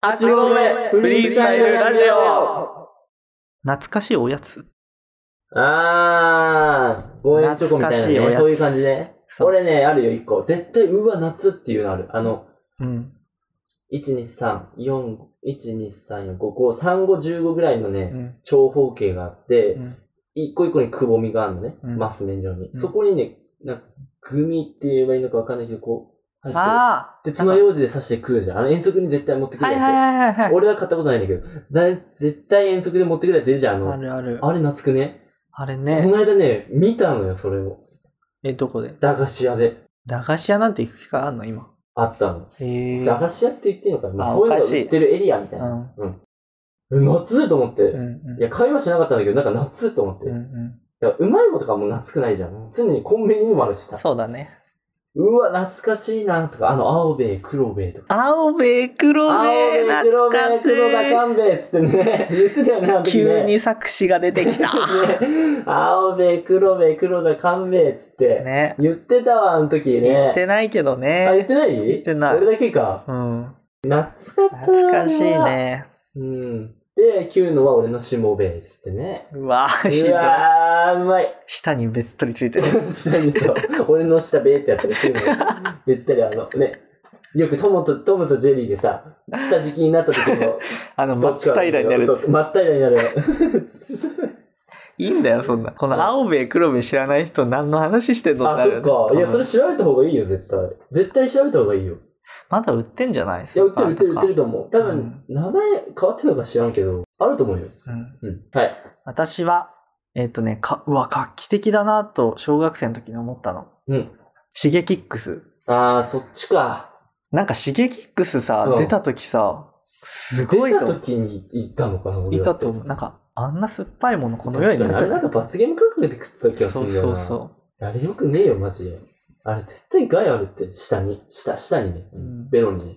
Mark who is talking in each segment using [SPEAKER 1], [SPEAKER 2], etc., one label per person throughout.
[SPEAKER 1] 八
[SPEAKER 2] ち
[SPEAKER 1] 合
[SPEAKER 2] ご
[SPEAKER 1] 目
[SPEAKER 2] め
[SPEAKER 1] フ
[SPEAKER 2] フ
[SPEAKER 1] リ
[SPEAKER 2] リ
[SPEAKER 1] ー
[SPEAKER 2] ー
[SPEAKER 1] ス
[SPEAKER 2] ス
[SPEAKER 1] タ
[SPEAKER 2] タ
[SPEAKER 1] イ
[SPEAKER 2] イ
[SPEAKER 1] ル
[SPEAKER 2] ル
[SPEAKER 1] ラ
[SPEAKER 2] ラ
[SPEAKER 1] ジ
[SPEAKER 2] ジ
[SPEAKER 1] オ
[SPEAKER 2] オ
[SPEAKER 3] 懐かしいおやつ
[SPEAKER 2] あー、ゴーエンチョコみたい
[SPEAKER 3] 懐かしいお
[SPEAKER 2] なね。
[SPEAKER 3] やつ
[SPEAKER 2] そういう感じね。
[SPEAKER 3] そう
[SPEAKER 2] 俺ね、あるよ、一個。絶対、うわ、夏っていうのある。あの、
[SPEAKER 3] うん。
[SPEAKER 2] 1,2,3,4,1,2,3,4,5,5,3,5,15ぐらいの
[SPEAKER 3] う
[SPEAKER 2] ね、
[SPEAKER 3] ん。
[SPEAKER 2] 長方形があって
[SPEAKER 3] う、ん。
[SPEAKER 2] 一個一個にくぼみがあるのね。
[SPEAKER 3] うん
[SPEAKER 2] マス面上に。
[SPEAKER 3] うん
[SPEAKER 2] そこにね、なんか、グミって言えばいいのかわかんないけど、こう、入って
[SPEAKER 3] ああ
[SPEAKER 2] る。鉄の楊枝で刺して食うじゃん。あの遠足に絶対持ってく
[SPEAKER 3] は
[SPEAKER 2] る
[SPEAKER 3] いはい
[SPEAKER 2] や
[SPEAKER 3] はいはい
[SPEAKER 2] つ。俺は買ったことないんだけど、ざ絶対遠足で持ってくるやついるじゃん、あの。
[SPEAKER 3] あるある。
[SPEAKER 2] あれ懐くね。
[SPEAKER 3] あれ
[SPEAKER 2] こ
[SPEAKER 3] ね。
[SPEAKER 2] の間ね、見たのよ、それを。
[SPEAKER 3] え、どこで
[SPEAKER 2] 駄菓子屋で。
[SPEAKER 3] 駄菓子屋なんて行く機会あんの今。
[SPEAKER 2] あったの。
[SPEAKER 3] へえ。
[SPEAKER 2] 駄菓子屋って言っていいのかな、まあ
[SPEAKER 3] あ
[SPEAKER 2] そういうの
[SPEAKER 3] お菓子
[SPEAKER 2] が売ってるエリアみたいな。
[SPEAKER 3] うん。
[SPEAKER 2] うん、夏と思って。
[SPEAKER 3] うん
[SPEAKER 2] いや、会話しなかったんだけど、なんか夏と思って。
[SPEAKER 3] うん。う
[SPEAKER 2] い
[SPEAKER 3] ん
[SPEAKER 2] や、うまいもんとかもう夏くないじゃん。常にコンビニにもあるし
[SPEAKER 3] うん。
[SPEAKER 2] さ。
[SPEAKER 3] そうだね。
[SPEAKER 2] うわ、懐かしいな、とか、あの、青べえ、黒べえとか。
[SPEAKER 3] 青べ黒
[SPEAKER 2] 青べ
[SPEAKER 3] べ
[SPEAKER 2] え、
[SPEAKER 3] 懐
[SPEAKER 2] 黒べ
[SPEAKER 3] か
[SPEAKER 2] え、
[SPEAKER 3] し
[SPEAKER 2] 黒がかんべえ、つってね、言ってたよね、あの
[SPEAKER 3] い。
[SPEAKER 2] 時ね。
[SPEAKER 3] 急に作詞が出 てきた。
[SPEAKER 2] ね青べえ、黒べえ、黒がかんべえ、つって。
[SPEAKER 3] ね。
[SPEAKER 2] 言ってたわ、あの時ね。
[SPEAKER 3] 言ってないけど
[SPEAKER 2] あ、言っ
[SPEAKER 3] ね。
[SPEAKER 2] てない
[SPEAKER 3] 言ってない
[SPEAKER 2] 俺だけか。
[SPEAKER 3] うん。
[SPEAKER 2] 懐かった
[SPEAKER 3] 懐かしい。ね。
[SPEAKER 2] うん。で、9のは俺のしもべえっつってね。
[SPEAKER 3] うわぁ、ひ
[SPEAKER 2] う
[SPEAKER 3] どい
[SPEAKER 2] わー、うまい。
[SPEAKER 3] 下にべっとりついてる。
[SPEAKER 2] 下にそう、俺の下べえってやったら9の。べったりあの、ね。よくトムと、トムとジェリーでさ、下敷きになった時の、
[SPEAKER 3] あの、
[SPEAKER 2] どっ
[SPEAKER 3] 真っ
[SPEAKER 2] ちか
[SPEAKER 3] 平らになる
[SPEAKER 2] そ。う真っ平らにな る。
[SPEAKER 3] いいんだよ、そんな。この青べ黒べ知らない人何の話してんのっ
[SPEAKER 2] あ、
[SPEAKER 3] てなる
[SPEAKER 2] そっか。いや、それ
[SPEAKER 3] 多分
[SPEAKER 2] 調べた方がいいよ、絶対。絶対調べた方がいいよ。
[SPEAKER 3] まだ売ってんじゃない
[SPEAKER 2] い
[SPEAKER 3] ス
[SPEAKER 2] や、売
[SPEAKER 3] ー
[SPEAKER 2] ってる、売
[SPEAKER 3] パー
[SPEAKER 2] ってる、
[SPEAKER 3] と
[SPEAKER 2] 売っ
[SPEAKER 3] か
[SPEAKER 2] てると思う。多分、名前変わってんのか知らんけど、あると思うよ。
[SPEAKER 3] うん
[SPEAKER 2] うん。はい。
[SPEAKER 3] 私は、えっ、とね、か、うわ、画期的だなと、小学生の時に思ったの。
[SPEAKER 2] うん。
[SPEAKER 3] シゲキックス。
[SPEAKER 2] あー、そっちか。
[SPEAKER 3] なんかシゲキックスさ、
[SPEAKER 2] うん
[SPEAKER 3] 出た時さ、すごい
[SPEAKER 2] 出た
[SPEAKER 3] と、
[SPEAKER 2] 時に行ったのかな、俺
[SPEAKER 3] い
[SPEAKER 2] ら
[SPEAKER 3] た
[SPEAKER 2] って
[SPEAKER 3] と思う。なんか、あんな酸っぱいものこの世
[SPEAKER 2] 確
[SPEAKER 3] に
[SPEAKER 2] か
[SPEAKER 3] な
[SPEAKER 2] にあれなんか罰ゲーム感覚で食ってた気がす
[SPEAKER 3] そ
[SPEAKER 2] るん
[SPEAKER 3] う
[SPEAKER 2] だよ
[SPEAKER 3] そ
[SPEAKER 2] な。
[SPEAKER 3] うそ
[SPEAKER 2] あれよくねえよ、マジで。あれ絶対害あるって、下に、下、下にね。
[SPEAKER 3] うん
[SPEAKER 2] ベロにね。
[SPEAKER 3] う。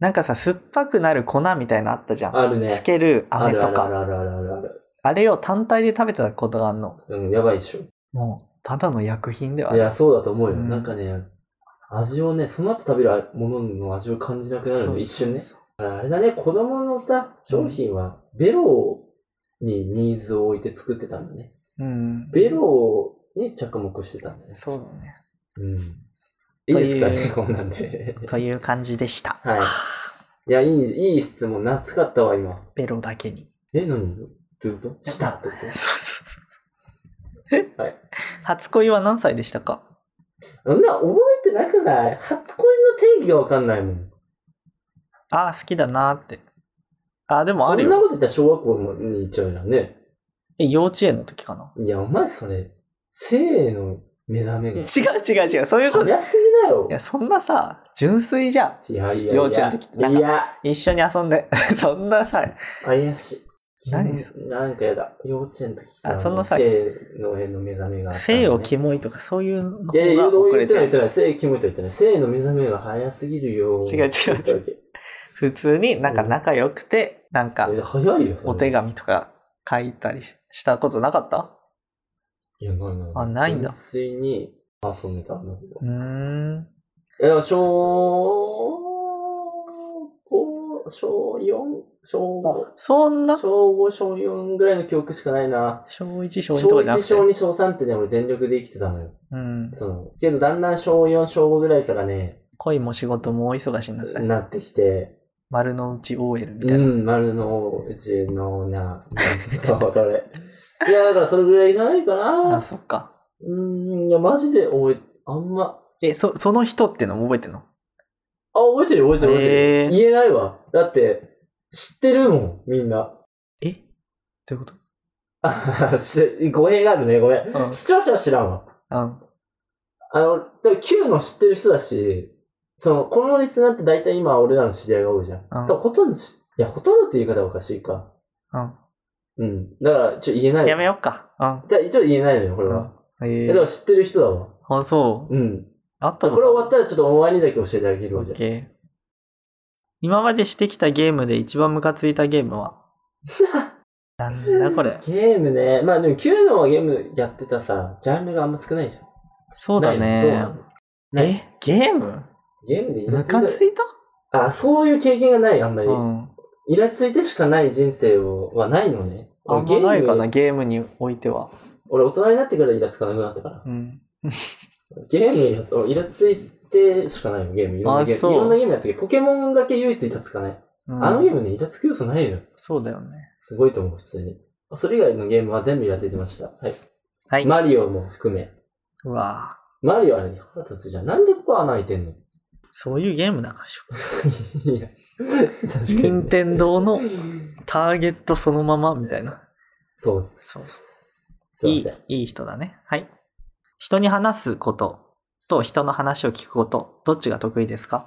[SPEAKER 3] なんかさ、酸っぱくなる粉みたいなのあったじゃん。
[SPEAKER 2] あるね。
[SPEAKER 3] つける
[SPEAKER 2] あ
[SPEAKER 3] 飴
[SPEAKER 2] るあ
[SPEAKER 3] と
[SPEAKER 2] る
[SPEAKER 3] か。
[SPEAKER 2] あるあるあるあるある。
[SPEAKER 3] あれを単体で食べてたことがあるの。
[SPEAKER 2] うん、やばいっしょ。
[SPEAKER 3] もう、ただの薬品ではいない。
[SPEAKER 2] や、そうだと思うよ。
[SPEAKER 3] うん
[SPEAKER 2] なんかね、味をね、その後食べるものの味を感じなくなるの、一瞬ね。
[SPEAKER 3] そう
[SPEAKER 2] だからあれだね、子供のさ、商品は、ベロにニーズを置いて作ってたんだね。
[SPEAKER 3] うん。
[SPEAKER 2] ベロに着目してたんだね。
[SPEAKER 3] そうだね。
[SPEAKER 2] うん。いい
[SPEAKER 3] という
[SPEAKER 2] ですかね、こんなんで。
[SPEAKER 3] という感じでした。
[SPEAKER 2] はい。いや、いい、いい質問。夏かったわ、今。
[SPEAKER 3] ベロだけに。
[SPEAKER 2] え、何どういうことしたってこ
[SPEAKER 3] 初恋は何歳でしたか
[SPEAKER 2] とそんな、覚えてなくない初恋の定義がわかんないもん。
[SPEAKER 3] ああ、好きだなーって。ああ、でもあ
[SPEAKER 2] そ
[SPEAKER 3] る
[SPEAKER 2] んな
[SPEAKER 3] よ。
[SPEAKER 2] こと言ったら小学校に行っちゃうじゃんね。
[SPEAKER 3] え、幼稚園の時かな。
[SPEAKER 2] いや、お前それ、性の目覚め
[SPEAKER 3] 違う
[SPEAKER 2] が。
[SPEAKER 3] 違う違う、そういうこと。い
[SPEAKER 2] 早すぎだよ。
[SPEAKER 3] や、そんなさ、純粋じゃん。
[SPEAKER 2] いやいやいや。
[SPEAKER 3] 幼稚園の時ってなんか
[SPEAKER 2] いや、
[SPEAKER 3] 一緒に遊んで。 そんなさ、
[SPEAKER 2] 怪しい。
[SPEAKER 3] 何
[SPEAKER 2] なんかやだ。幼稚園の時。
[SPEAKER 3] あそんなさ
[SPEAKER 2] 性のへの目覚めがあったんだね。
[SPEAKER 3] 性をキモいとかそういうの
[SPEAKER 2] いやいや、
[SPEAKER 3] が
[SPEAKER 2] どう
[SPEAKER 3] 遅
[SPEAKER 2] 言
[SPEAKER 3] れ
[SPEAKER 2] って
[SPEAKER 3] て
[SPEAKER 2] ない言って
[SPEAKER 3] る。
[SPEAKER 2] ない。性キモいと言ってない。性の目覚めが早すぎるよ。
[SPEAKER 3] 違う違う違う
[SPEAKER 2] って言ったわ
[SPEAKER 3] 普通になんか仲良くて、なんか
[SPEAKER 2] けいや早いよ、それ
[SPEAKER 3] お手紙とか書いたりしたことなかった
[SPEAKER 2] いや、ないない。
[SPEAKER 3] あないんだ
[SPEAKER 2] 純粋に遊んでたんだけど。
[SPEAKER 3] うーん。
[SPEAKER 2] いや、小、五小四小五
[SPEAKER 3] そんな、
[SPEAKER 2] 小五小四ぐらいの記憶しかないな。
[SPEAKER 3] 小一小
[SPEAKER 2] 小
[SPEAKER 3] 二とかじゃ
[SPEAKER 2] 1、
[SPEAKER 3] なく
[SPEAKER 2] 小
[SPEAKER 3] て。
[SPEAKER 2] 2、小3ってね、俺全力で生きてたのよ。
[SPEAKER 3] うん。
[SPEAKER 2] その、けどだんだん小4、小5ぐらいからね、
[SPEAKER 3] 恋も仕事も大忙しになったり。
[SPEAKER 2] なってきて、
[SPEAKER 3] 丸の内 OL みた
[SPEAKER 2] う
[SPEAKER 3] いな。
[SPEAKER 2] ん、丸のうちの な、そう、それ。いや、だからそれぐらいじゃないか
[SPEAKER 3] あ、
[SPEAKER 2] な。
[SPEAKER 3] そっか。
[SPEAKER 2] うん、いや、マジで覚え、あんま、
[SPEAKER 3] え、そ、その人ってのも覚えてんの
[SPEAKER 2] あ、覚えてる覚えてる覚えてる。
[SPEAKER 3] へー
[SPEAKER 2] 言えないわ。だって、知ってるもん、みんな。
[SPEAKER 3] えどういうこと
[SPEAKER 2] あし語弊があるね、ごめん。
[SPEAKER 3] うん。
[SPEAKER 2] 視聴者は知らんわ。
[SPEAKER 3] うん。
[SPEAKER 2] あの、だから Q の知ってる人だし、その、このリスナーって大体今俺らの知り合いが多いじゃん。だからほとんどし、いや、ほとんどって言い方はおかしいか。うん。だから、ちょ、言えな
[SPEAKER 3] う
[SPEAKER 2] い。
[SPEAKER 3] ん。やめ
[SPEAKER 2] よ
[SPEAKER 3] よっか。
[SPEAKER 2] う。じゃあ、一応言えないのよ、これ
[SPEAKER 3] うん。う
[SPEAKER 2] は
[SPEAKER 3] ん。。え
[SPEAKER 2] え、だか
[SPEAKER 3] ー、
[SPEAKER 2] ら知ってる人だわ。
[SPEAKER 3] あ、そう。
[SPEAKER 2] うん。
[SPEAKER 3] あった
[SPEAKER 2] こ
[SPEAKER 3] の
[SPEAKER 2] れ
[SPEAKER 3] か
[SPEAKER 2] 終わったらちょっとお前にだけ教えてあげるわ、じゃあ。
[SPEAKER 3] えー今までしてきたゲームで一番ムカついたゲーム はなんだこれ。
[SPEAKER 2] ゲームね。まあでも Q のはゲームやってたさ、ジャンルがあんま少ないじゃん。
[SPEAKER 3] そうだ
[SPEAKER 2] ないどうな
[SPEAKER 3] ね
[SPEAKER 2] の。
[SPEAKER 3] え、ゲーム
[SPEAKER 2] ゲームで
[SPEAKER 3] ムカついた
[SPEAKER 2] あ、そういう経験がない、あんまり。
[SPEAKER 3] うん。
[SPEAKER 2] イラついてしかない人生をはないのね。
[SPEAKER 3] あんまないかな、ゲームにおいては。
[SPEAKER 2] 俺大人になってからイラつかなくなったから。
[SPEAKER 3] うん。
[SPEAKER 2] ゲームやとイラついてしかないよ、ゲーム。いろんなゲー
[SPEAKER 3] あそ
[SPEAKER 2] ム。
[SPEAKER 3] う
[SPEAKER 2] いろんなゲームやったけど、ポケモンだけ唯一イラつかない。
[SPEAKER 3] うん
[SPEAKER 2] あのゲームね、イラつく要素ないよ。
[SPEAKER 3] そうだよね。
[SPEAKER 2] すごいと思う、普通に。それ以外のゲームは全部イラついてました。はい。
[SPEAKER 3] はい。
[SPEAKER 2] マリオも含め。
[SPEAKER 3] うわぁ
[SPEAKER 2] マリオあれ、腹立つじゃん。なんでここ穴開いてんの
[SPEAKER 3] そういうゲームだからでしょ。
[SPEAKER 2] いや、確か に
[SPEAKER 3] 任
[SPEAKER 2] ね。
[SPEAKER 3] 天堂のターゲットそのままみたいな。
[SPEAKER 2] そうです。
[SPEAKER 3] そう。
[SPEAKER 2] す
[SPEAKER 3] い
[SPEAKER 2] い
[SPEAKER 3] い
[SPEAKER 2] ません。、
[SPEAKER 3] いい人だね。はい。人に話すことと人の話を聞くこと、どっちが得意ですか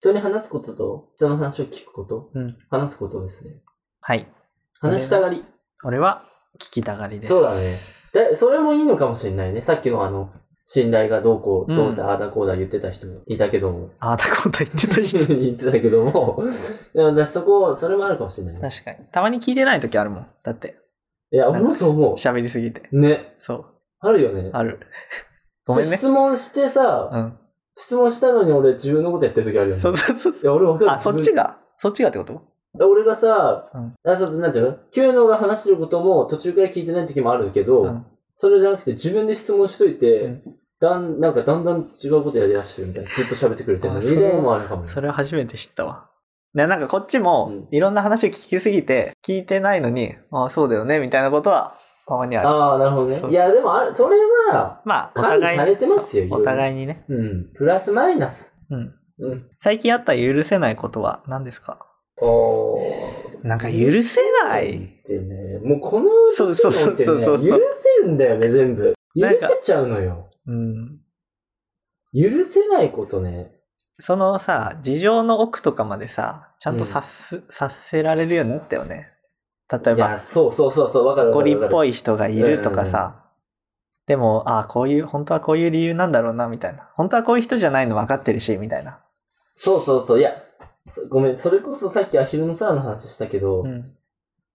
[SPEAKER 2] 人に話すことと、人の話を聞くこと、
[SPEAKER 3] うん。
[SPEAKER 2] 話すことですね。
[SPEAKER 3] はい。
[SPEAKER 2] 話したがり。
[SPEAKER 3] 俺は聞きたがりです。
[SPEAKER 2] そうだね。で、それもいいのかもしれないね。さっきのあの、信頼がどうこう、どうだ、
[SPEAKER 3] うん
[SPEAKER 2] ああだこうだ言ってた人もいたけども。
[SPEAKER 3] ああ、だこと言ってた 人。
[SPEAKER 2] 言ってたけども。でも私そこ、それもあるかもしれないね。
[SPEAKER 3] 確かに。たまに聞いてない時あるもん。だって、
[SPEAKER 2] いや、俺もそう思
[SPEAKER 3] 喋りすぎて。
[SPEAKER 2] う。ね。
[SPEAKER 3] そう。
[SPEAKER 2] あるよね。
[SPEAKER 3] ある。ごめんね。
[SPEAKER 2] 質問してさ、
[SPEAKER 3] う
[SPEAKER 2] 質問したのに俺自分のことやってる時あるよ
[SPEAKER 3] ん。
[SPEAKER 2] ね。
[SPEAKER 3] そうそうそう。
[SPEAKER 2] いや、俺わかる。
[SPEAKER 3] あ、そっちがそっちがってこと
[SPEAKER 2] 自分俺がさ、
[SPEAKER 3] うん
[SPEAKER 2] あ、そう、なんていうの旧能が話してることも途中から聞いてない時もあるけど、
[SPEAKER 3] うん。
[SPEAKER 2] それじゃなくて自分で質問しといて、
[SPEAKER 3] うん
[SPEAKER 2] だん、なんかだんだん違うことやりだしてるみたいな。ずっと喋ってくれてる
[SPEAKER 3] あ
[SPEAKER 2] の。
[SPEAKER 3] そう
[SPEAKER 2] リレーもあるかもね。
[SPEAKER 3] それは初めて知ったわ。でなんかこっちも
[SPEAKER 2] うん
[SPEAKER 3] いろんな話を聞きすぎて聞いてないのに、ああ、そうだよね、みたいなことはたまにある。
[SPEAKER 2] ああ、なるほど
[SPEAKER 3] そ
[SPEAKER 2] ね。
[SPEAKER 3] う
[SPEAKER 2] いや、でもあれ、それは、
[SPEAKER 3] まあ、お
[SPEAKER 2] 管理
[SPEAKER 3] 互い
[SPEAKER 2] され
[SPEAKER 3] に、
[SPEAKER 2] てますよ、
[SPEAKER 3] お
[SPEAKER 2] い
[SPEAKER 3] 互いにね。
[SPEAKER 2] ろいろ。うん。プラスマイナス。
[SPEAKER 3] うん。
[SPEAKER 2] うん。
[SPEAKER 3] 最近あった許せないことは何ですか
[SPEAKER 2] おー。
[SPEAKER 3] なんか許せな
[SPEAKER 2] っ
[SPEAKER 3] い
[SPEAKER 2] てね、もうこの
[SPEAKER 3] そう
[SPEAKER 2] 年になって
[SPEAKER 3] そうそうそうそう
[SPEAKER 2] ね、許せるんだよね、全部。許
[SPEAKER 3] なん
[SPEAKER 2] せ
[SPEAKER 3] か
[SPEAKER 2] ちゃうのよ。
[SPEAKER 3] うん。
[SPEAKER 2] 許せないことね。
[SPEAKER 3] そのさ、事情の奥とかまでさ、ちゃんと察す、察せられるようになったよね。例え
[SPEAKER 2] いや、
[SPEAKER 3] ば、
[SPEAKER 2] そうそうそう、そうわかるわ
[SPEAKER 3] ゴ
[SPEAKER 2] か
[SPEAKER 3] リ
[SPEAKER 2] る
[SPEAKER 3] っ
[SPEAKER 2] わか
[SPEAKER 3] ぽ
[SPEAKER 2] る。
[SPEAKER 3] い人がいるとか
[SPEAKER 2] うんう
[SPEAKER 3] さ、でも、ああ、こういう、本当はこういう理由なんだろうな、みたいな。本当はこういう人じゃないの分かってるし、みたいな。
[SPEAKER 2] そうそうそう、いや、そごめん、それこそさっきアヒルの空の話したけど、
[SPEAKER 3] う
[SPEAKER 2] も
[SPEAKER 3] ん。
[SPEAKER 2] う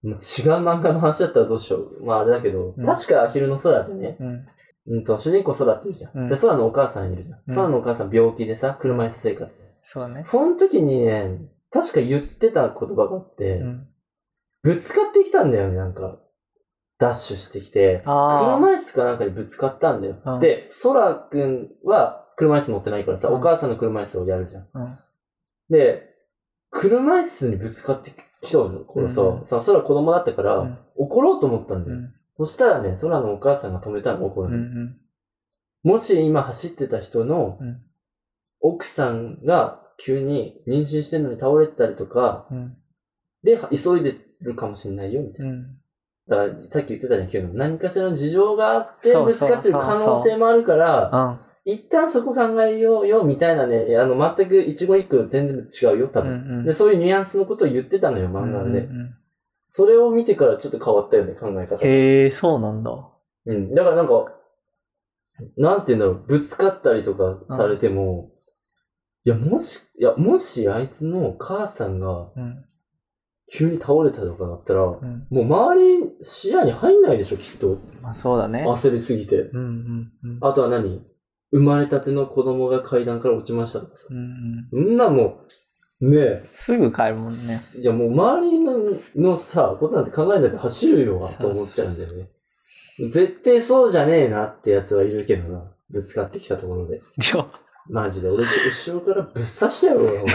[SPEAKER 2] 違う漫画の話だったらどうしよう。まああれだけど、
[SPEAKER 3] うん
[SPEAKER 2] 確かアヒルの空ってね、
[SPEAKER 3] うん。
[SPEAKER 2] うんと、主人公空って言うじゃん。
[SPEAKER 3] うん
[SPEAKER 2] で、空のお母さんいるじゃん。
[SPEAKER 3] うん
[SPEAKER 2] 空のお母さん病気でさ、車椅子生活で。
[SPEAKER 3] そうね。
[SPEAKER 2] その時にね、確か言ってた言葉があって、
[SPEAKER 3] うん。
[SPEAKER 2] ぶつかってきたんだよね、なんか。ダッシュしてきて、
[SPEAKER 3] あ
[SPEAKER 2] 車椅子かなんかにぶつかったんだ
[SPEAKER 3] う
[SPEAKER 2] よ。
[SPEAKER 3] ん
[SPEAKER 2] で、ソラくんは車椅子乗ってないからさ、
[SPEAKER 3] うん
[SPEAKER 2] お母さんの車椅子をやるじゃん。
[SPEAKER 3] あ。うん。
[SPEAKER 2] で、車椅子にぶつかってきたの、このさ、
[SPEAKER 3] うん
[SPEAKER 2] さ、ソラ子供だったから、
[SPEAKER 3] うん
[SPEAKER 2] 怒ろうと思ったんだ
[SPEAKER 3] う
[SPEAKER 2] よ。
[SPEAKER 3] ん。
[SPEAKER 2] そしたらね、ソラのお母さんが止めたの、怒る
[SPEAKER 3] う
[SPEAKER 2] の。
[SPEAKER 3] ん。
[SPEAKER 2] もし今走ってた人の
[SPEAKER 3] うん
[SPEAKER 2] 奥さんが急に妊娠してるのに倒れてたりとか、
[SPEAKER 3] うん。
[SPEAKER 2] で、急いでるかもしれないよ、みたいな。
[SPEAKER 3] うん。
[SPEAKER 2] だから、さっき言ってたじゃん、今日の。何かしらの事情があって、
[SPEAKER 3] そう
[SPEAKER 2] ぶつ
[SPEAKER 3] そう
[SPEAKER 2] かってる可能性もあるから、
[SPEAKER 3] うん。
[SPEAKER 2] 一旦そこ考えようよ、みたいなね、あの、全く一語一句全然違うよ、多
[SPEAKER 3] う
[SPEAKER 2] 分、
[SPEAKER 3] ん。
[SPEAKER 2] で、そういうニュアンスのことを言ってたのよ、漫画で。それを見てからちょっと変わったよね、考え方。
[SPEAKER 3] へえ、そうなんだ。
[SPEAKER 2] うん。だからなんか、なんて言うんだろう、ぶつかったりとかされても、いや、もし、いや、もしあいつの母さんが
[SPEAKER 3] うん。
[SPEAKER 2] 急に倒れたとかだったら、
[SPEAKER 3] うん。
[SPEAKER 2] もう周り視野に入んないでしょ、きっと。
[SPEAKER 3] まあそうだね。
[SPEAKER 2] 焦りすぎて。
[SPEAKER 3] うんうんうん。
[SPEAKER 2] あとは何生まれたての子供が階段から落ちましたとかさ。
[SPEAKER 3] うんうん、
[SPEAKER 2] そんなもう、ね
[SPEAKER 3] すぐ帰る
[SPEAKER 2] え。
[SPEAKER 3] もんね。
[SPEAKER 2] いやもう周りののさ、ことなんて考えないで走るよと思っちゃうんだよね。絶対そうじゃねえなってやつはいるけどな。ぶつかってきたところで。
[SPEAKER 3] じゃあ
[SPEAKER 2] マジで。俺、後ろからぶっ刺してやろうよ。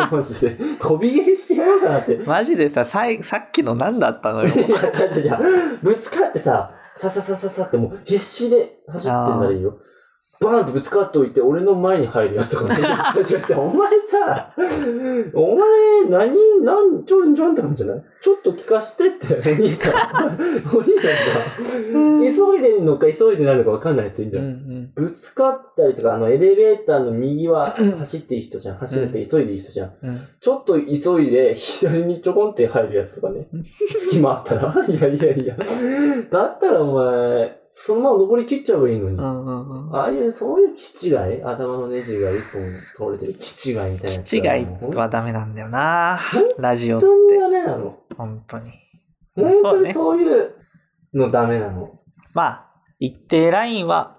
[SPEAKER 2] 俺マジで。飛び蹴りしてやろうかなって。い
[SPEAKER 3] マジでさ、さいさっきの何だったのよ。
[SPEAKER 2] や、違う違う違う。ぶつかってさ、さささささってもう必死で走ってんならいいよ。バーンってぶつかっておいて、俺の前に入るやつとかね。違う違う違うお前さ、お前、何、なん、ちょんちょんって感じじゃないちょっと聞かしてって、お兄さん。お兄さんさ、急いでんのか急いでないのかわかんないやついるじ
[SPEAKER 3] う
[SPEAKER 2] ゃ
[SPEAKER 3] ん
[SPEAKER 2] ん。
[SPEAKER 3] うん。
[SPEAKER 2] ぶつかったりとか、あの、エレベーターの右は走っていい人じゃん。走るって急いでいい人じゃん。
[SPEAKER 3] うん。
[SPEAKER 2] ちょっと急いで、左にちょこんって入るやつとか ね。隙間あったら。 いやいやいや。だったらお前、そのまま登り切っちゃえばいいのに。
[SPEAKER 3] うんうんうん。
[SPEAKER 2] ああいう、そういう気違い頭のネジが一本取れてる気違いみたいなやつ。
[SPEAKER 3] 気違い
[SPEAKER 2] 本
[SPEAKER 3] はダメなんだよな
[SPEAKER 2] 本。
[SPEAKER 3] ラジオって。
[SPEAKER 2] 当にダメなの。
[SPEAKER 3] 本当に。まあ
[SPEAKER 2] 本
[SPEAKER 3] そ
[SPEAKER 2] 当
[SPEAKER 3] う
[SPEAKER 2] に
[SPEAKER 3] ね。
[SPEAKER 2] そういうのダメなの。
[SPEAKER 3] まあ、一定ラインは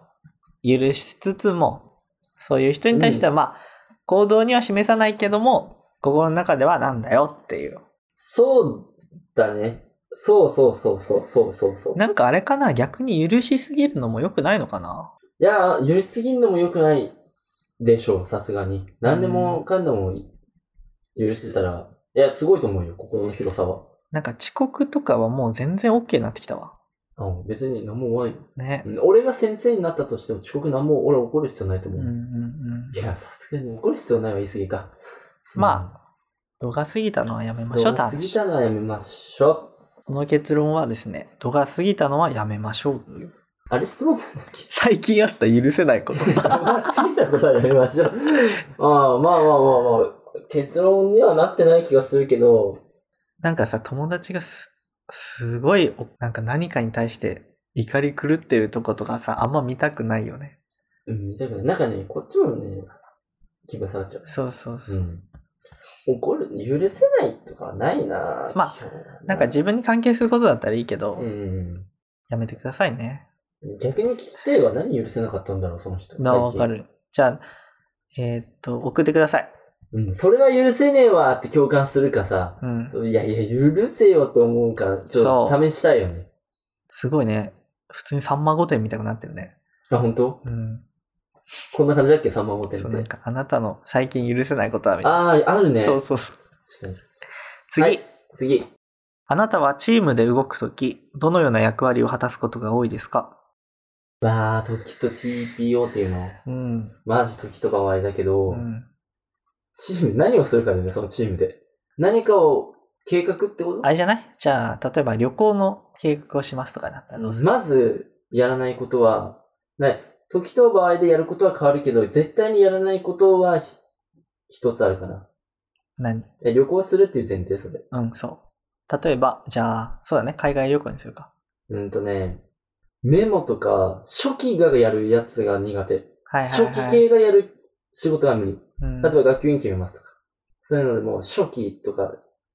[SPEAKER 3] 許しつつも、そういう人に対しては、まあ、行動には示さないけども、心の中ではなんだよっていう。
[SPEAKER 2] そうだね。そうそうそうそう、そうそうそう。
[SPEAKER 3] なんかあれかな逆に許しすぎるのも良くないのかない
[SPEAKER 2] やー、許しすぎんのも良くないでしょう、さすがに。何でもかんでも許してたら、いや、すごいと思うよ、心の広さは。
[SPEAKER 3] なんか遅刻とかはもう全然 OK になってきたわ。
[SPEAKER 2] うん、別に何も怖い。
[SPEAKER 3] ね。
[SPEAKER 2] うん俺が先生になったとしても遅刻何も俺は怒る必要ないと
[SPEAKER 3] う
[SPEAKER 2] 思う。
[SPEAKER 3] んうんう
[SPEAKER 2] い
[SPEAKER 3] ん。
[SPEAKER 2] や、さすがに怒る必要ないは言い過ぎか。
[SPEAKER 3] ま度が過ぎたのはやめ
[SPEAKER 2] あ
[SPEAKER 3] ましょうって
[SPEAKER 2] 過ぎ
[SPEAKER 3] 話。
[SPEAKER 2] たのはやめましょう。
[SPEAKER 3] この結論はですね、度が過ぎたのはやめましょうという。
[SPEAKER 2] あれ質問なんだっけ
[SPEAKER 3] 最近あった許せないこと。
[SPEAKER 2] まあ過ぎたことはやめましょう。 ああ、まあまあまあまあ。結論にはなってない気がするけど、
[SPEAKER 3] なんかさ、友達がす、すごい、おなんか何かに対して怒り狂ってるとことかさ、あんま見たくないよね。
[SPEAKER 2] うん、見たくない。なんかね、こっちもね、気分下がっちゃう。
[SPEAKER 3] そうそうそう。
[SPEAKER 2] うん。怒る、許せないとかはないな
[SPEAKER 3] まあ
[SPEAKER 2] 基本は
[SPEAKER 3] なんか自分に関係することだったらいいけど、
[SPEAKER 2] うん。
[SPEAKER 3] やめてくださいね。
[SPEAKER 2] 逆に聞きたいは何許せなかったんだろう、その人。
[SPEAKER 3] なあ、わ
[SPEAKER 2] 最近
[SPEAKER 3] か。る。じゃあ、えーっと、送ってください。
[SPEAKER 2] うん。それは許せねえわって共感するかさ、
[SPEAKER 3] うん。
[SPEAKER 2] そういやいや、許せよと思うから、ちょっ
[SPEAKER 3] そ
[SPEAKER 2] と試したいよね。
[SPEAKER 3] すごいね。普通にサンマ御殿みたくなってるね。
[SPEAKER 2] あ、本当？
[SPEAKER 3] うん。
[SPEAKER 2] こんな感じだっけ、さんま御殿
[SPEAKER 3] そう、
[SPEAKER 2] っ
[SPEAKER 3] なん
[SPEAKER 2] て。
[SPEAKER 3] か、あなたの最近許せないことは、みたいな。
[SPEAKER 2] ああ、あるね。
[SPEAKER 3] そうそうそう。
[SPEAKER 2] 確かに。
[SPEAKER 3] 次、
[SPEAKER 2] はい次。
[SPEAKER 3] あなたはチームで動くとき、どのような役割を果たすことが多いですか
[SPEAKER 2] まあ、時と TPO っていうの。
[SPEAKER 3] うん。
[SPEAKER 2] マジ時とかはあれだけど、
[SPEAKER 3] うん。
[SPEAKER 2] チーム、何をするかだよね、そのチームで。何かを計画ってこと
[SPEAKER 3] あれじゃないじゃあ、例えば旅行の計画をしますとかだったらどうする、
[SPEAKER 2] まず、やらないことは、ない。時と場合でやることは変わるけど、絶対にやらないことはひ一つあるかな。
[SPEAKER 3] 何
[SPEAKER 2] え旅行するっていう前提、それ。
[SPEAKER 3] うん、そう。例えば、じゃあ、そうだね、海外旅行にするか。
[SPEAKER 2] うんとね、メモとか、初期がやるやつが苦手。
[SPEAKER 3] はいはい、
[SPEAKER 2] 初
[SPEAKER 3] はい。
[SPEAKER 2] 期系がやる仕事は無理。
[SPEAKER 3] うん
[SPEAKER 2] 例えば学級委員決めますとか。そういうのでもう初期とか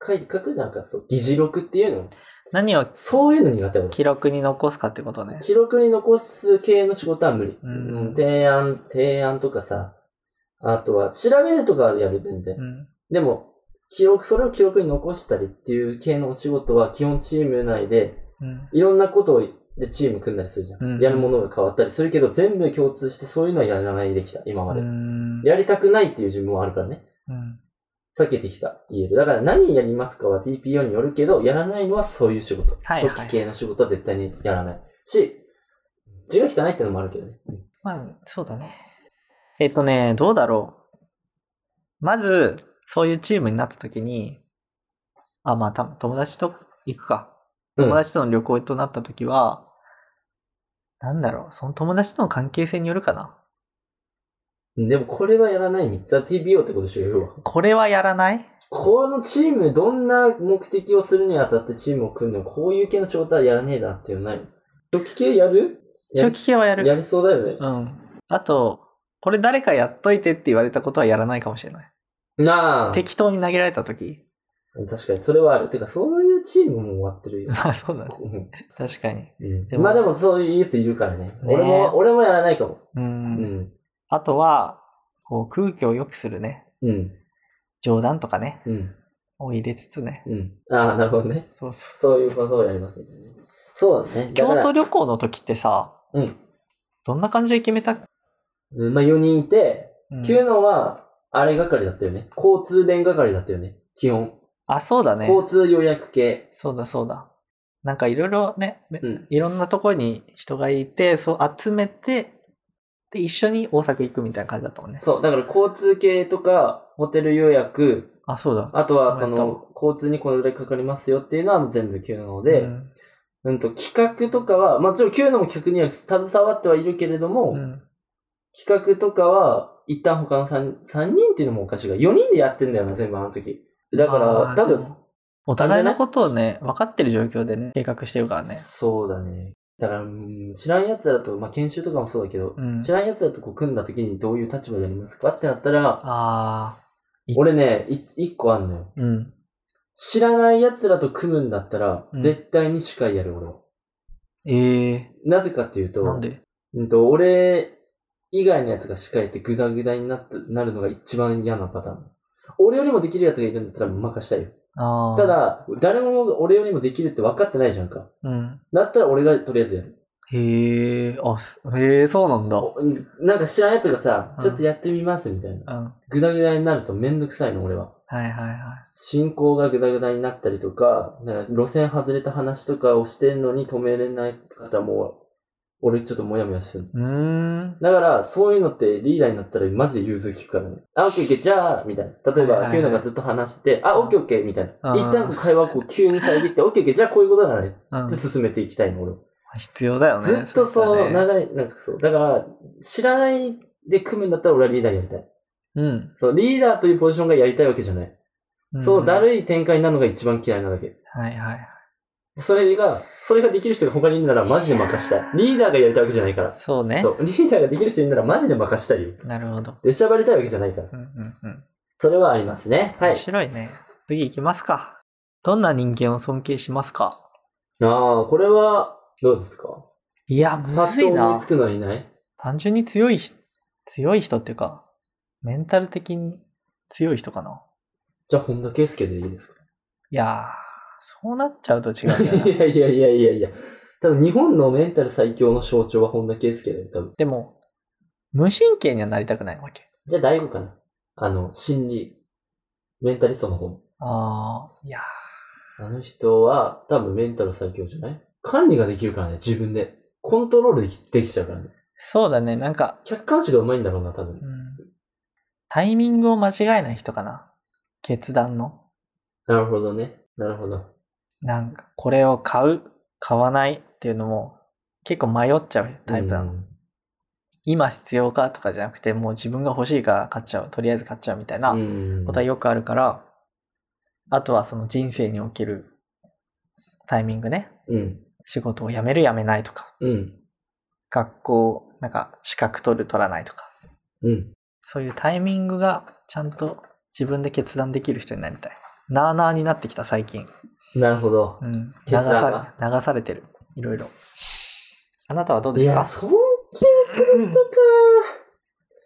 [SPEAKER 2] 書い書くじゃんか、そう、議事録っていうの。
[SPEAKER 3] 何を
[SPEAKER 2] そういうの苦手俺
[SPEAKER 3] 記録に残すかってことね。
[SPEAKER 2] 記録に残す系の仕事は無理。
[SPEAKER 3] うん
[SPEAKER 2] うん提案、提案とかさ、あとは調べるとかはやる、全然。
[SPEAKER 3] うん。
[SPEAKER 2] でも、記録、それを記録に残したりっていう系のお仕事は基本チーム内で、
[SPEAKER 3] うん。
[SPEAKER 2] いろんなことをでチーム組んだりするじゃん。
[SPEAKER 3] うん
[SPEAKER 2] やるものが変わったりするけど、全部共通してそういうのはやらないできた、今まで。
[SPEAKER 3] うん。
[SPEAKER 2] やりたくないっていう自分はあるからね。
[SPEAKER 3] うん
[SPEAKER 2] 避けてきた、言える。だから何やりますかは TPO によるけど、やらないのはそういう仕事。
[SPEAKER 3] はいはい
[SPEAKER 2] 初期系の仕事は絶対にやらない。し、字が汚いってのもあるけどね。
[SPEAKER 3] まあ、そうだね。えっとね、どうだろう。まず、そういうチームになった時に、あ、まあ、た友達と行くか。
[SPEAKER 2] うん
[SPEAKER 3] 友達との旅行となった時は、なんだろう、その友達との関係性によるかな。
[SPEAKER 2] でもこれはやらないみたいな。TPO ってことでしょ、要は。
[SPEAKER 3] これはやらない
[SPEAKER 2] このチーム、どんな目的をするにあたってチームを組んでも、こういう系の仕事はやらねえなっていうのない初期系やるや
[SPEAKER 3] 初
[SPEAKER 2] り
[SPEAKER 3] 期系はやる。
[SPEAKER 2] やりそうだよね。
[SPEAKER 3] うん。あと、これ誰かやっといてって言われたことはやらないかもしれない。
[SPEAKER 2] なあ。
[SPEAKER 3] 適当に投げられた時。
[SPEAKER 2] 確かに、それはある。てか、そういうチームも終わってる よ。
[SPEAKER 3] まあそうだね。確かに。
[SPEAKER 2] うん
[SPEAKER 3] でも
[SPEAKER 2] まあでも、そういうやついるからね。
[SPEAKER 3] え
[SPEAKER 2] 俺も、俺もやらないかも。
[SPEAKER 3] う。
[SPEAKER 2] うんん。
[SPEAKER 3] あとは、こう空気を良くするね。
[SPEAKER 2] うん。
[SPEAKER 3] 冗談とかね。
[SPEAKER 2] うん。
[SPEAKER 3] を入れつつね。
[SPEAKER 2] うん。ああ、なるほどね。
[SPEAKER 3] そうそ
[SPEAKER 2] そういうことをやりますみたいなね。そうだね。
[SPEAKER 3] う。
[SPEAKER 2] だか
[SPEAKER 3] 京
[SPEAKER 2] ら
[SPEAKER 3] 都旅行の時ってさ、
[SPEAKER 2] うん。
[SPEAKER 3] どんな感じで決めたっ
[SPEAKER 2] うんまあ4人いて、
[SPEAKER 3] うん
[SPEAKER 2] 急のは、あれ係だったよね。交通便係だったよね。基本。
[SPEAKER 3] あ、そうだね。
[SPEAKER 2] 交通予約系。
[SPEAKER 3] そうだそうだ。なんかいろいろね、め
[SPEAKER 2] うん
[SPEAKER 3] いろんなところに人がいて、そう集めて、で、一緒に大阪行くみたいな感じだったもんね。
[SPEAKER 2] そう。だから交通系とか、ホテル予約、
[SPEAKER 3] あ、そうだ。
[SPEAKER 2] あとは
[SPEAKER 3] そ
[SPEAKER 2] そう
[SPEAKER 3] やった
[SPEAKER 2] の、交通にこれぐらいかかりますよっていうのは全部 Q なので、
[SPEAKER 3] う
[SPEAKER 2] うんん、と、企画とかは、まあ、ちろん Q のも企画には携わってはいるけれども、
[SPEAKER 3] うん。
[SPEAKER 2] 企画とかは、一旦他の 3, 三人っていうのもおかしいが、4人でやってんだよな、全部あの時。だから
[SPEAKER 3] あ、ー
[SPEAKER 2] 多分
[SPEAKER 3] で、もお互いのことをね、分かってる状況でね、計画してるからね。
[SPEAKER 2] そうだね。だから、うん知らん奴だと、まあ、研修とかもそうだけど、
[SPEAKER 3] うん
[SPEAKER 2] 知らん奴だとこう組んだ時にどういう立場でやりますかってなったら、
[SPEAKER 3] あい
[SPEAKER 2] 俺ね、い一個あんのよ。
[SPEAKER 3] あ、うん。
[SPEAKER 2] 知らない奴らと組むんだったら、
[SPEAKER 3] うん
[SPEAKER 2] 絶対に司会やる、俺は。
[SPEAKER 3] ええ
[SPEAKER 2] なぜかっていうと、
[SPEAKER 3] なんで
[SPEAKER 2] うんと、俺以外のやつが司会ってグダグダになってなるのが一番嫌なパターン。俺よりもできるやつがいるんだったら任したいよ。
[SPEAKER 3] ああ。
[SPEAKER 2] た、だ、誰も俺よりもできるって分かってないじゃんか。
[SPEAKER 3] うん。
[SPEAKER 2] だったら俺がとりあえずやる。
[SPEAKER 3] へえ、あ、すへえ、そうなんだ。う
[SPEAKER 2] おなんか知らんやつがさ
[SPEAKER 3] う、ん
[SPEAKER 2] ちょっとやってみますみたいな。
[SPEAKER 3] ん。は
[SPEAKER 2] グダグダになるとめんどくさいの、俺は。
[SPEAKER 3] いはいはい。
[SPEAKER 2] 進行がグダグダになったりとか、なんか路線外れた話とかをしてんのに止めれない方も、俺ちょっとモヤモヤしてる。
[SPEAKER 3] うーん。
[SPEAKER 2] だから、そういうのってリーダーになったらマジで融通聞くからね。あ、オッケーオッケー、じゃあ、みたいな。例え
[SPEAKER 3] はいはいは
[SPEAKER 2] ば、
[SPEAKER 3] い
[SPEAKER 2] キューノがずっと話して、あ、オッケーオッケー、みたいな。
[SPEAKER 3] うん
[SPEAKER 2] 一旦こう会話をこう急に遮って、オッケーオッケー、じゃあこういうことだね。
[SPEAKER 3] うん
[SPEAKER 2] って進めていきたいの、俺は。
[SPEAKER 3] 必要だよね。
[SPEAKER 2] ずっとそ
[SPEAKER 3] れ
[SPEAKER 2] う、
[SPEAKER 3] ってね
[SPEAKER 2] 長い、なんかそう。だから、知らないで組むんだったら俺はリーダーやりたい。
[SPEAKER 3] うん。
[SPEAKER 2] そう、リーダーというポジションがやりたいわけじゃない。
[SPEAKER 3] うん
[SPEAKER 2] そう、だるい展開なのが一番嫌いなだけ。
[SPEAKER 3] はいはいはい。
[SPEAKER 2] それが、それができる人が他にいるならマジで任したい。リーダーがやりたいわけじゃないから。
[SPEAKER 3] そうね。
[SPEAKER 2] そう、リーダーができる人いるならマジで任したいよ。
[SPEAKER 3] なるほど。
[SPEAKER 2] でしゃばりたいわけじゃないから。
[SPEAKER 3] うんうんうん。
[SPEAKER 2] それはありますね。はい
[SPEAKER 3] 面。白いね。次行きますか。どんな人間を尊敬しますか
[SPEAKER 2] ああ、これは、どうですか
[SPEAKER 3] いや、む
[SPEAKER 2] パッ
[SPEAKER 3] ずい
[SPEAKER 2] と思い
[SPEAKER 3] な
[SPEAKER 2] つ。くのいない
[SPEAKER 3] 単純に強い人、強い人っていうか、メンタル的に強い人かな。
[SPEAKER 2] じゃあ、本田圭佑でいいですか
[SPEAKER 3] いやー、そうなっちゃうと違うんだよな。
[SPEAKER 2] いやいやいやいやいや。多分、日本のメンタル最強の象徴は本田圭佑だよ、多分。
[SPEAKER 3] でも、無神経にはなりたくないわけ。
[SPEAKER 2] じゃあ、大悟かなあの、心理、メンタリストの方。
[SPEAKER 3] あー、いやー、
[SPEAKER 2] あの人は、多分メンタル最強じゃない管理ができるからね、自分で。コントロールできできちゃうからね。
[SPEAKER 3] そうだね、なんか、
[SPEAKER 2] 客観視が上手いんだろうな、多分
[SPEAKER 3] う。ん、タイミングを間違えない人かな。決断の。
[SPEAKER 2] なるほどね。なるほど。
[SPEAKER 3] なんか、これを買う、買わないっていうのも、結構迷っちゃうタイプなの。
[SPEAKER 2] うん
[SPEAKER 3] 今必要かとかじゃなくて、もう自分が欲しいから買っちゃう、とりあえず買っちゃうみたいな
[SPEAKER 2] うん
[SPEAKER 3] ことはよくあるから、あとはその人生におけるタイミングね。
[SPEAKER 2] うん。
[SPEAKER 3] 仕事を辞める辞めないとか、
[SPEAKER 2] うん。
[SPEAKER 3] 学校、なんか資格取る取らないとか、
[SPEAKER 2] うん。
[SPEAKER 3] そういうタイミングがちゃんと自分で決断できる人になりたい。なあなあになってきた最近。
[SPEAKER 2] なるほど。
[SPEAKER 3] うん。流
[SPEAKER 2] 決断
[SPEAKER 3] さ
[SPEAKER 2] が
[SPEAKER 3] れ、流されてる。いろいろ。あなたはどう
[SPEAKER 2] い
[SPEAKER 3] です
[SPEAKER 2] や、
[SPEAKER 3] か
[SPEAKER 2] 尊敬する人か。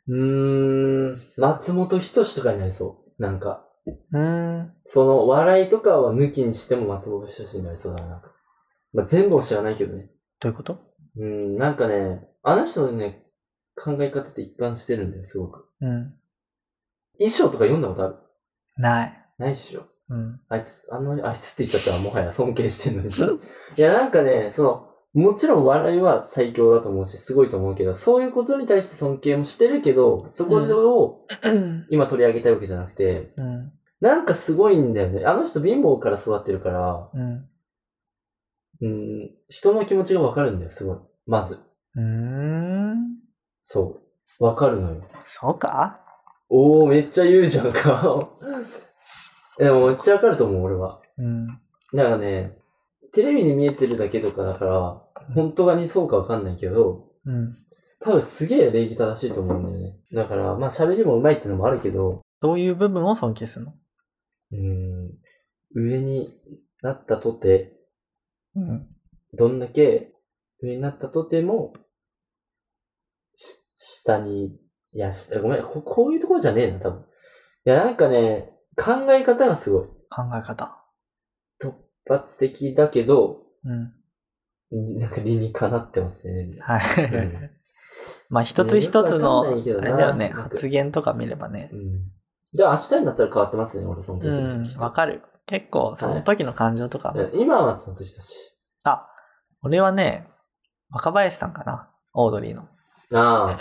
[SPEAKER 2] うーん、松本人志とかになりそう。なんか、
[SPEAKER 3] うーん。
[SPEAKER 2] その笑いとかは抜きにしても松本人志になりそうだな。まあ、全部を知らないけどね。
[SPEAKER 3] どういうこと
[SPEAKER 2] うん、なんかね、あの人のね、考え方って一貫してるんだよ、すごく。
[SPEAKER 3] うん。
[SPEAKER 2] 衣装とか読んだことある
[SPEAKER 3] ない。
[SPEAKER 2] ないっしょ。
[SPEAKER 3] うん。
[SPEAKER 2] あいつ、あの、あいつって言っちゃったらもはや尊敬してんのに。いや、なんかね、その、もちろん笑いは最強だと思うし、すごいと思うけど、そういうことに対して尊敬もしてるけど、そこを
[SPEAKER 3] うん。
[SPEAKER 2] 今取り上げたいわけじゃなくて、
[SPEAKER 3] うん。
[SPEAKER 2] なんかすごいんだよね。あの人貧乏から育ってるから、
[SPEAKER 3] うん。
[SPEAKER 2] うん、人の気持ちがわかるんだよ、すごい。まず。
[SPEAKER 3] うーん。
[SPEAKER 2] そう。わかるのよ。
[SPEAKER 3] そうか
[SPEAKER 2] おー、めっちゃ言うじゃんか。 でもめっちゃわかると思う、俺は。
[SPEAKER 3] うん。
[SPEAKER 2] だからね、テレビに見えてるだけとかだから、本当にそうかわかんないけど、
[SPEAKER 3] うん。
[SPEAKER 2] 多分すげえ礼儀正しいと思うんだよね。だから、まあ喋りも上手いってのもあるけど、
[SPEAKER 3] どういう部分を尊敬するの
[SPEAKER 2] うーん、上になったとて、
[SPEAKER 3] うん。
[SPEAKER 2] どんだけ上になったとても、し下に、いや、下ごめんこ、こういうところじゃねえな、多分。いや、なんかね、考え方がすごい。
[SPEAKER 3] 考え方。
[SPEAKER 2] 突発的だけど、
[SPEAKER 3] うん。
[SPEAKER 2] なんか理にかなってますね。
[SPEAKER 3] はい。
[SPEAKER 2] うん
[SPEAKER 3] まあ一つ一つの、あ
[SPEAKER 2] ねよくわか
[SPEAKER 3] れ
[SPEAKER 2] んないけどな
[SPEAKER 3] だよね、
[SPEAKER 2] なんか
[SPEAKER 3] 発言とか見ればね
[SPEAKER 2] う。ん。じゃあ明日になったら変わってますね、俺、尊敬
[SPEAKER 3] う
[SPEAKER 2] する
[SPEAKER 3] ん、
[SPEAKER 2] 人
[SPEAKER 3] わかる。結構、その時の感情とかも、
[SPEAKER 2] うん今はちゃんとしたし。
[SPEAKER 3] あ、俺はね、若林さんかな。オードリーの。
[SPEAKER 2] ああ。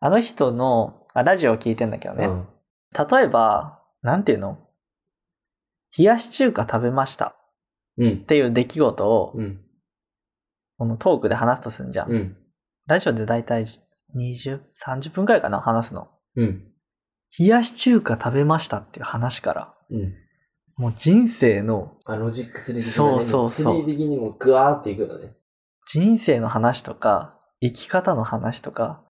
[SPEAKER 3] あの人の、あラジオを聞いてんだ けどね。
[SPEAKER 2] うん
[SPEAKER 3] 例えば、なんていうの冷やし中華食べました
[SPEAKER 2] うん
[SPEAKER 3] っ。ていう出来事を、
[SPEAKER 2] うん。
[SPEAKER 3] このトークで話すとすんじゃん。
[SPEAKER 2] うん。
[SPEAKER 3] ラジオでだいたい20、30分くらいかな、話すの。
[SPEAKER 2] うん。
[SPEAKER 3] 冷やし中華食べましたっていう話から、
[SPEAKER 2] うん。
[SPEAKER 3] もう人生の、
[SPEAKER 2] あ、ロジックツリー的な
[SPEAKER 3] そうそうそう
[SPEAKER 2] ツリー的にもグワーっていくのね。
[SPEAKER 3] 人生の話とか、生き方の話とか、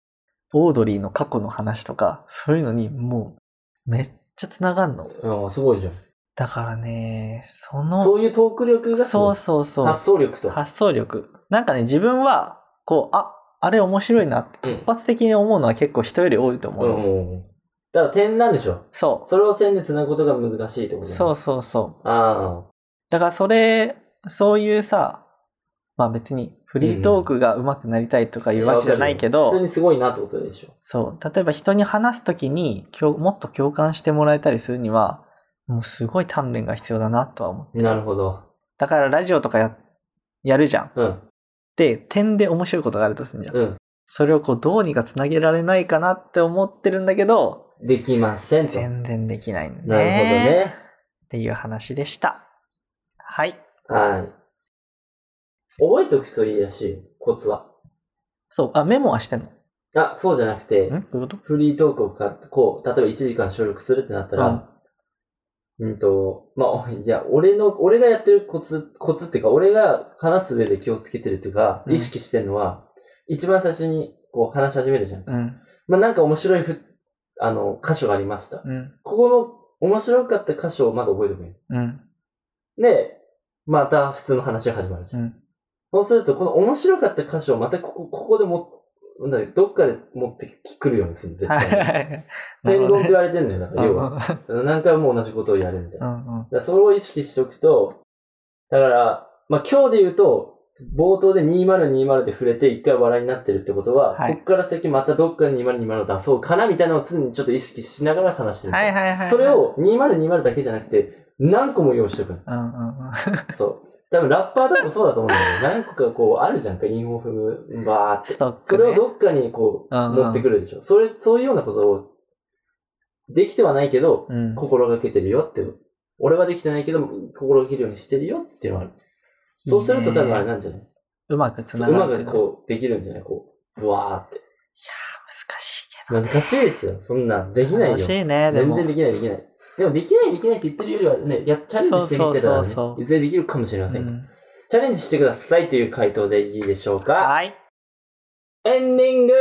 [SPEAKER 3] オードリーの過去の話とか、そういうのにもう、めっちゃ繋がんの。
[SPEAKER 2] ああ、すごいじゃん。
[SPEAKER 3] だからね、そ
[SPEAKER 2] そ
[SPEAKER 3] の、
[SPEAKER 2] ういうトーク力がす
[SPEAKER 3] そ
[SPEAKER 2] ご
[SPEAKER 3] う
[SPEAKER 2] い、
[SPEAKER 3] そうそう
[SPEAKER 2] 発、想力と。
[SPEAKER 3] 発想力。なんかね、自分は、こう、あ、あれ面白いなって
[SPEAKER 2] うん
[SPEAKER 3] 突発的に思うのは結構人より多いと思
[SPEAKER 2] う
[SPEAKER 3] うんの。
[SPEAKER 2] うんうん。だから点なんでしょ
[SPEAKER 3] そ
[SPEAKER 2] それを線で繋ぐことが難しいってこ
[SPEAKER 3] う。
[SPEAKER 2] と。
[SPEAKER 3] そううそうそう。
[SPEAKER 2] あ
[SPEAKER 3] だからそれ、そういうさ、まあ別にフリートークが上手くなりたいとか
[SPEAKER 2] あ。
[SPEAKER 3] いうわけじゃないけ
[SPEAKER 2] わ
[SPEAKER 3] ど、
[SPEAKER 2] かるよ普通にすごいなってことでしょ。
[SPEAKER 3] そう、例えば人に話すときにきょもっと共感してもらえたりするには、もうすごい鍛錬が必要だなとは思う。
[SPEAKER 2] なるほど。
[SPEAKER 3] だからラジオとかや、やるじゃん。
[SPEAKER 2] うん。
[SPEAKER 3] で、点で面白いことがあるとするじゃん。
[SPEAKER 2] うん。
[SPEAKER 3] それをこうどうにかつなげられないかなって思ってるんだけど、
[SPEAKER 2] できませんと。なる
[SPEAKER 3] 全然できないん
[SPEAKER 2] ほど
[SPEAKER 3] だね。
[SPEAKER 2] ね。
[SPEAKER 3] っていう話でした。はい。
[SPEAKER 2] はい。覚えておくといいらしいよコツは。
[SPEAKER 3] そう、あ、メモはしてんの
[SPEAKER 2] あ、そうじゃなくて、
[SPEAKER 3] んどういうこと
[SPEAKER 2] フリートークをか、こう、例えば1時間収録するってなったら、うん、と、まあ、 いや、俺の、俺がやってるコツ、コツっていうか、俺が話す上で気をつけてるっていうか、
[SPEAKER 3] うん
[SPEAKER 2] 意識してるのは、一番最初にこう話し始めるじゃん。
[SPEAKER 3] うん、
[SPEAKER 2] まあ、なんか面白いふ、あの、箇所がありました。
[SPEAKER 3] うん、
[SPEAKER 2] ここの面白かった箇所をまず覚えておくよ。
[SPEAKER 3] うん、
[SPEAKER 2] で、また普通の話が始まるじゃん。
[SPEAKER 3] うん。
[SPEAKER 2] そうすると、この面白かった箇所をまたここ、ここでも、なんだっけどっかで持ってくるようにする、絶
[SPEAKER 3] はいは
[SPEAKER 2] 対。
[SPEAKER 3] いはい。なる
[SPEAKER 2] 天
[SPEAKER 3] ほ
[SPEAKER 2] 丼って
[SPEAKER 3] どね
[SPEAKER 2] 言われてんのよ、だから、要は。
[SPEAKER 3] う
[SPEAKER 2] 何回も同じことをやるみたいな。だか
[SPEAKER 3] んうん
[SPEAKER 2] らそれを意識しておくと、だから、まあ今日で言うと、冒頭で2020で触れて一回笑いになってるってことは、
[SPEAKER 3] はい
[SPEAKER 2] こっから先またどっかで2020を出そうかなみたいなのを常にちょっと意識しながら話して
[SPEAKER 3] うん。
[SPEAKER 2] る。
[SPEAKER 3] はいはいはい。
[SPEAKER 2] それ、を2020だけじゃなくて、何個も用意しておくの。
[SPEAKER 3] うんうんうん。
[SPEAKER 2] そう。多分ラッパーとかもそうだと思うんだけど、何個かこうあるじゃんか、インを踏む、バーって
[SPEAKER 3] ス。トック、ね。
[SPEAKER 2] それをどっかにこう、
[SPEAKER 3] うんうん
[SPEAKER 2] 持ってくるでしょ。それ、そういうようなことを、できてはないけど、
[SPEAKER 3] うん。
[SPEAKER 2] 心がけてるよって。俺はできてないけど、心がけるようにしてるよっていうのがある。そうすると多分あれなんじゃないう
[SPEAKER 3] まくつ
[SPEAKER 2] う
[SPEAKER 3] な
[SPEAKER 2] ま
[SPEAKER 3] がるってい
[SPEAKER 2] く
[SPEAKER 3] うの。
[SPEAKER 2] こう、できるんじゃないこう、ぶわーって。
[SPEAKER 3] 難しいけど。
[SPEAKER 2] 難しいですよ。そんなん、できないよ。
[SPEAKER 3] 楽し
[SPEAKER 2] 全
[SPEAKER 3] いね、でも。
[SPEAKER 2] 然できない、できない。でも、できない、できないって言ってるよりはね、や、チャレンジしてみてたら
[SPEAKER 3] そうそ
[SPEAKER 2] ね、
[SPEAKER 3] うそうそう
[SPEAKER 2] いずれできるかもしれません。
[SPEAKER 3] うん
[SPEAKER 2] チャレンジしてくださいという回答でいいでしょうか
[SPEAKER 3] はい。
[SPEAKER 2] エンディング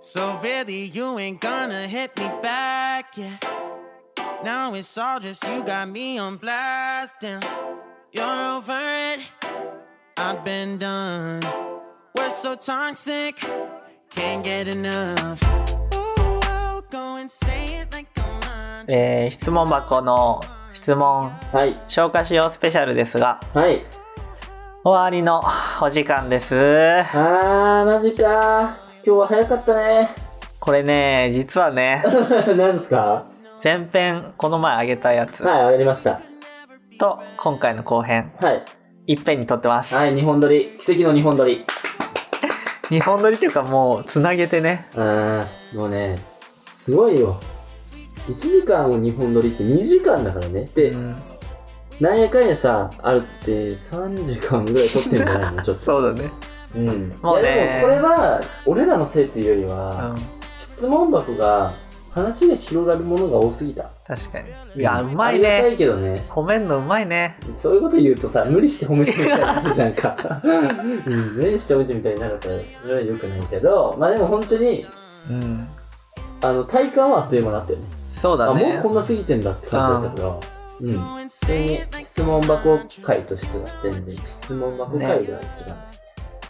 [SPEAKER 1] So really, you ain't gonna hit me back, yeah. Now it's all just you got me on blast, damn. You're over it, I've been done. We're so toxic, can't get enough. Ooh, I'll go and say it like a mantra.
[SPEAKER 3] えー、質問箱の質問
[SPEAKER 2] はい。
[SPEAKER 3] 消化しようスペシャルですが、
[SPEAKER 2] はい。
[SPEAKER 3] 終わりのお時間です。
[SPEAKER 2] あー、マジかー。今日は早かったね。
[SPEAKER 3] これね、実はね、
[SPEAKER 2] 何ですか
[SPEAKER 3] 前編、この前あげたやつ
[SPEAKER 2] はい、わかりました。
[SPEAKER 3] と、今回の後編、
[SPEAKER 2] はい。
[SPEAKER 3] いっぺんに撮ってます。
[SPEAKER 2] はい、日本撮り。奇跡の日本撮り。
[SPEAKER 3] 日本撮りっていうかもう、つなげてね。
[SPEAKER 2] あー、もうね、すごいよ。1時間を日本撮りって2時間だからね。で、
[SPEAKER 3] うん、
[SPEAKER 2] なんやかんやさ、あるって3時間ぐらい撮ってんじゃないのちょっと。
[SPEAKER 3] そうだね。
[SPEAKER 2] うん。
[SPEAKER 3] も うね
[SPEAKER 2] いやでもこれは、俺らのせいっていうより
[SPEAKER 3] う
[SPEAKER 2] は、
[SPEAKER 3] ん。
[SPEAKER 2] 質問箱が、話が広がるものが多すぎた。
[SPEAKER 3] 確かに。いや、うま
[SPEAKER 2] あ
[SPEAKER 3] い
[SPEAKER 2] りがた
[SPEAKER 3] ね。
[SPEAKER 2] いけどね。
[SPEAKER 3] 褒めんのうまいね。
[SPEAKER 2] そういうこと言うとさ、無理して褒めてみたいになるじゃんか。 うん、無理して褒めてみたいになるから、それは良くないけど、まあでも本当に、
[SPEAKER 3] うん。
[SPEAKER 2] あの、体感はあっという間だったよね。
[SPEAKER 3] そうだ
[SPEAKER 2] あ、も
[SPEAKER 3] ね。
[SPEAKER 2] うこんな過ぎてんだって感じだったから、うん。普
[SPEAKER 1] Go and
[SPEAKER 2] 通
[SPEAKER 1] say
[SPEAKER 2] に
[SPEAKER 1] it like
[SPEAKER 2] 質問箱会としてやってるんで、質問箱会が一番です。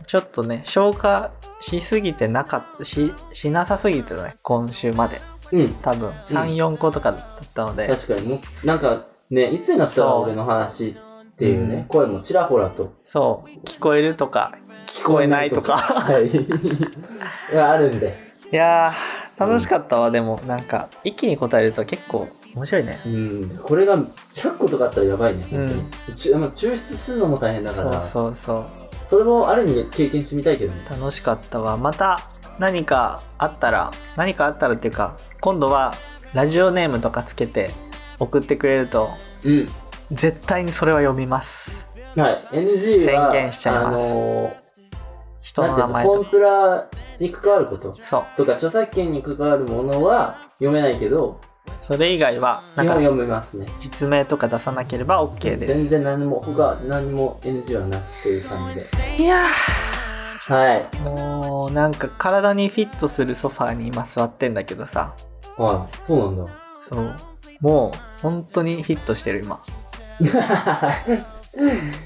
[SPEAKER 3] ちょっとね、消化しすぎてなかった、し、しなさすぎてね、今週まで。
[SPEAKER 2] うん。
[SPEAKER 3] 多分、3、4個とかだったので。
[SPEAKER 2] 確かにもう、なんかね、いつになったら
[SPEAKER 3] そう
[SPEAKER 2] 俺の話っていうね、
[SPEAKER 3] うん
[SPEAKER 2] 声もちらほらと
[SPEAKER 3] そう、聞こえるとか、聞こえないとか。
[SPEAKER 2] はい。い や、あるんで。
[SPEAKER 3] いやー、楽しかったわ、でも、なんか、一気に答えると結構面白いね。
[SPEAKER 2] うん、これが100個とかあったらやばいね、
[SPEAKER 3] うん
[SPEAKER 2] 本当に。ちまあ抽出するのも大変だか
[SPEAKER 3] そ
[SPEAKER 2] ら、
[SPEAKER 3] う
[SPEAKER 2] そ
[SPEAKER 3] そうそう。
[SPEAKER 2] れもある意味経験してみたいけどね。
[SPEAKER 3] 楽しかったわ。また、何かあったら、何かあったらっていうか、今度は、ラジオネームとかつけて送ってくれると、
[SPEAKER 2] うん。
[SPEAKER 3] 絶対にそれは読みます。
[SPEAKER 2] はい。NG は、
[SPEAKER 3] 宣言しちゃいます
[SPEAKER 2] あのー、
[SPEAKER 3] 人
[SPEAKER 2] なん
[SPEAKER 3] の
[SPEAKER 2] てい
[SPEAKER 3] 名
[SPEAKER 2] うの、
[SPEAKER 3] 前
[SPEAKER 2] コン
[SPEAKER 3] と
[SPEAKER 2] プラに関わること
[SPEAKER 3] そう。
[SPEAKER 2] とか、著作権に関わるものは読めないけど、
[SPEAKER 3] それ以外は、
[SPEAKER 2] 基本
[SPEAKER 3] なんか、
[SPEAKER 2] 読めますね。
[SPEAKER 3] 実名とか出さなければ OK で
[SPEAKER 2] 全然何も、他何も NG はなしという感じで。
[SPEAKER 3] す。いや
[SPEAKER 2] はい。
[SPEAKER 3] ー、もう、なんか、体にフィットするソファーに今座ってんだけどさ。
[SPEAKER 2] はい。そうなんだ。
[SPEAKER 3] そう。もう、本当にフィットしてる、今。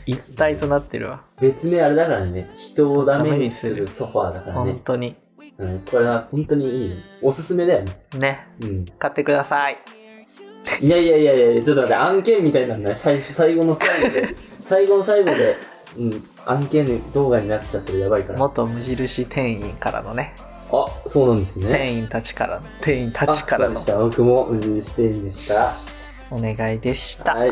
[SPEAKER 3] 一体となってるわ。
[SPEAKER 2] 別名あれだからね、人をダメにするソファーだから
[SPEAKER 3] 本
[SPEAKER 2] ね。
[SPEAKER 3] 当に。
[SPEAKER 2] うん、これは本当にいい。おすすめだよね。
[SPEAKER 3] ね。
[SPEAKER 2] うん。
[SPEAKER 3] 買ってください。
[SPEAKER 2] いやいやいやいや、ちょっと待って、案件みたいになんない。最初、最後の最後で、最後の最後で、うん、案件動画になっちゃってるやばいから。あ、
[SPEAKER 3] 元無印店員からのね。
[SPEAKER 2] そうなんですね。
[SPEAKER 3] 店員たちからの、店員たちから
[SPEAKER 2] あ
[SPEAKER 3] の
[SPEAKER 2] そうでした僕も無印店員でした。
[SPEAKER 3] お願いでした。
[SPEAKER 2] はい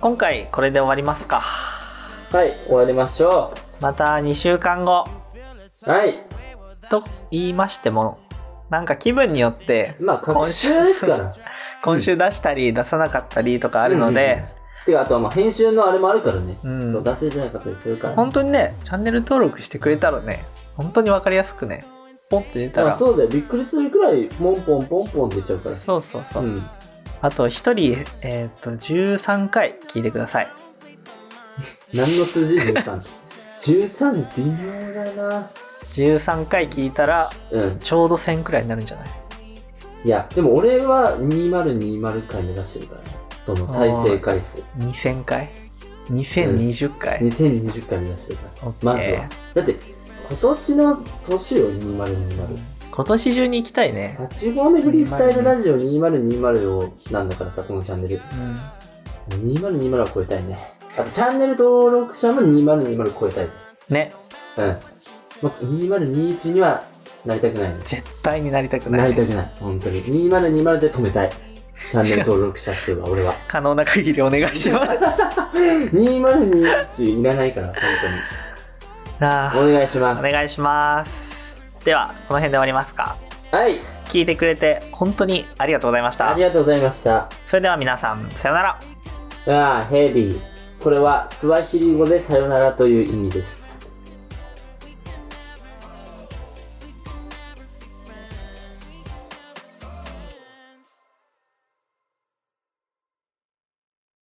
[SPEAKER 3] 今回これで終わりますか。
[SPEAKER 2] はい、終わりましょ
[SPEAKER 3] また2週間後
[SPEAKER 2] う。はい。
[SPEAKER 3] と言いましても、なんか気分によって、
[SPEAKER 2] まあ、各週ですから。
[SPEAKER 3] 今週出したり出さなかったりとかあるので、
[SPEAKER 2] てか、あとはまあ編集のあれもあるからね。
[SPEAKER 3] うん
[SPEAKER 2] そう、出せてなかったりするから。
[SPEAKER 3] 本当にね、チャンネル登録してくれたらね、本当にわかりやすくね、ポンって出た、
[SPEAKER 2] だかららそうだよ。びっくりするくらい、ポンポンポンポン出ちゃうから。
[SPEAKER 3] そうそうそう。
[SPEAKER 2] うん。
[SPEAKER 3] あと1人、えーっと、13回聞いてください。
[SPEAKER 2] 何の数字 ?13。13微妙だな。
[SPEAKER 3] 13回聞いたら、
[SPEAKER 2] うん。
[SPEAKER 3] ちょうど1000くらいになるんじゃない
[SPEAKER 2] いや、でも俺は2020回目指してるからね。その再生回数。
[SPEAKER 3] ?2000 回 ?2020 回、
[SPEAKER 2] 2020回目指してるか
[SPEAKER 3] オッ
[SPEAKER 2] ら。まず
[SPEAKER 3] ケー
[SPEAKER 2] は。だって、今年の年を2020。
[SPEAKER 3] 今年中に行きたいね。
[SPEAKER 2] 8合目フリースタイルラジオ2020をなんだからさ、このチャンネル。
[SPEAKER 3] うん。
[SPEAKER 2] 2020は超えたいね。あと、チャンネル登録者も2020超えたい。うん。
[SPEAKER 3] ね、
[SPEAKER 2] まあ、2021にはなりたくないね。
[SPEAKER 3] 絶対になりたくな。
[SPEAKER 2] ないりたくない。本当に。2020で止めたい。チャンネル登録者数は、俺は。
[SPEAKER 3] 可能な限りお願い します。
[SPEAKER 2] 2021いらないから、本
[SPEAKER 3] なあ
[SPEAKER 2] 当に。お願いしま
[SPEAKER 3] お
[SPEAKER 2] す。
[SPEAKER 3] 願いします。では、この辺で終わりますか。
[SPEAKER 2] はい。
[SPEAKER 3] 聞いてくれて本当にありがとうございまし
[SPEAKER 2] あ
[SPEAKER 3] た
[SPEAKER 2] り。がとうございました。
[SPEAKER 3] それでは皆さん、さようなら。
[SPEAKER 2] ああ、ヘビー。これは、スワヒリ語でさよならという意味です。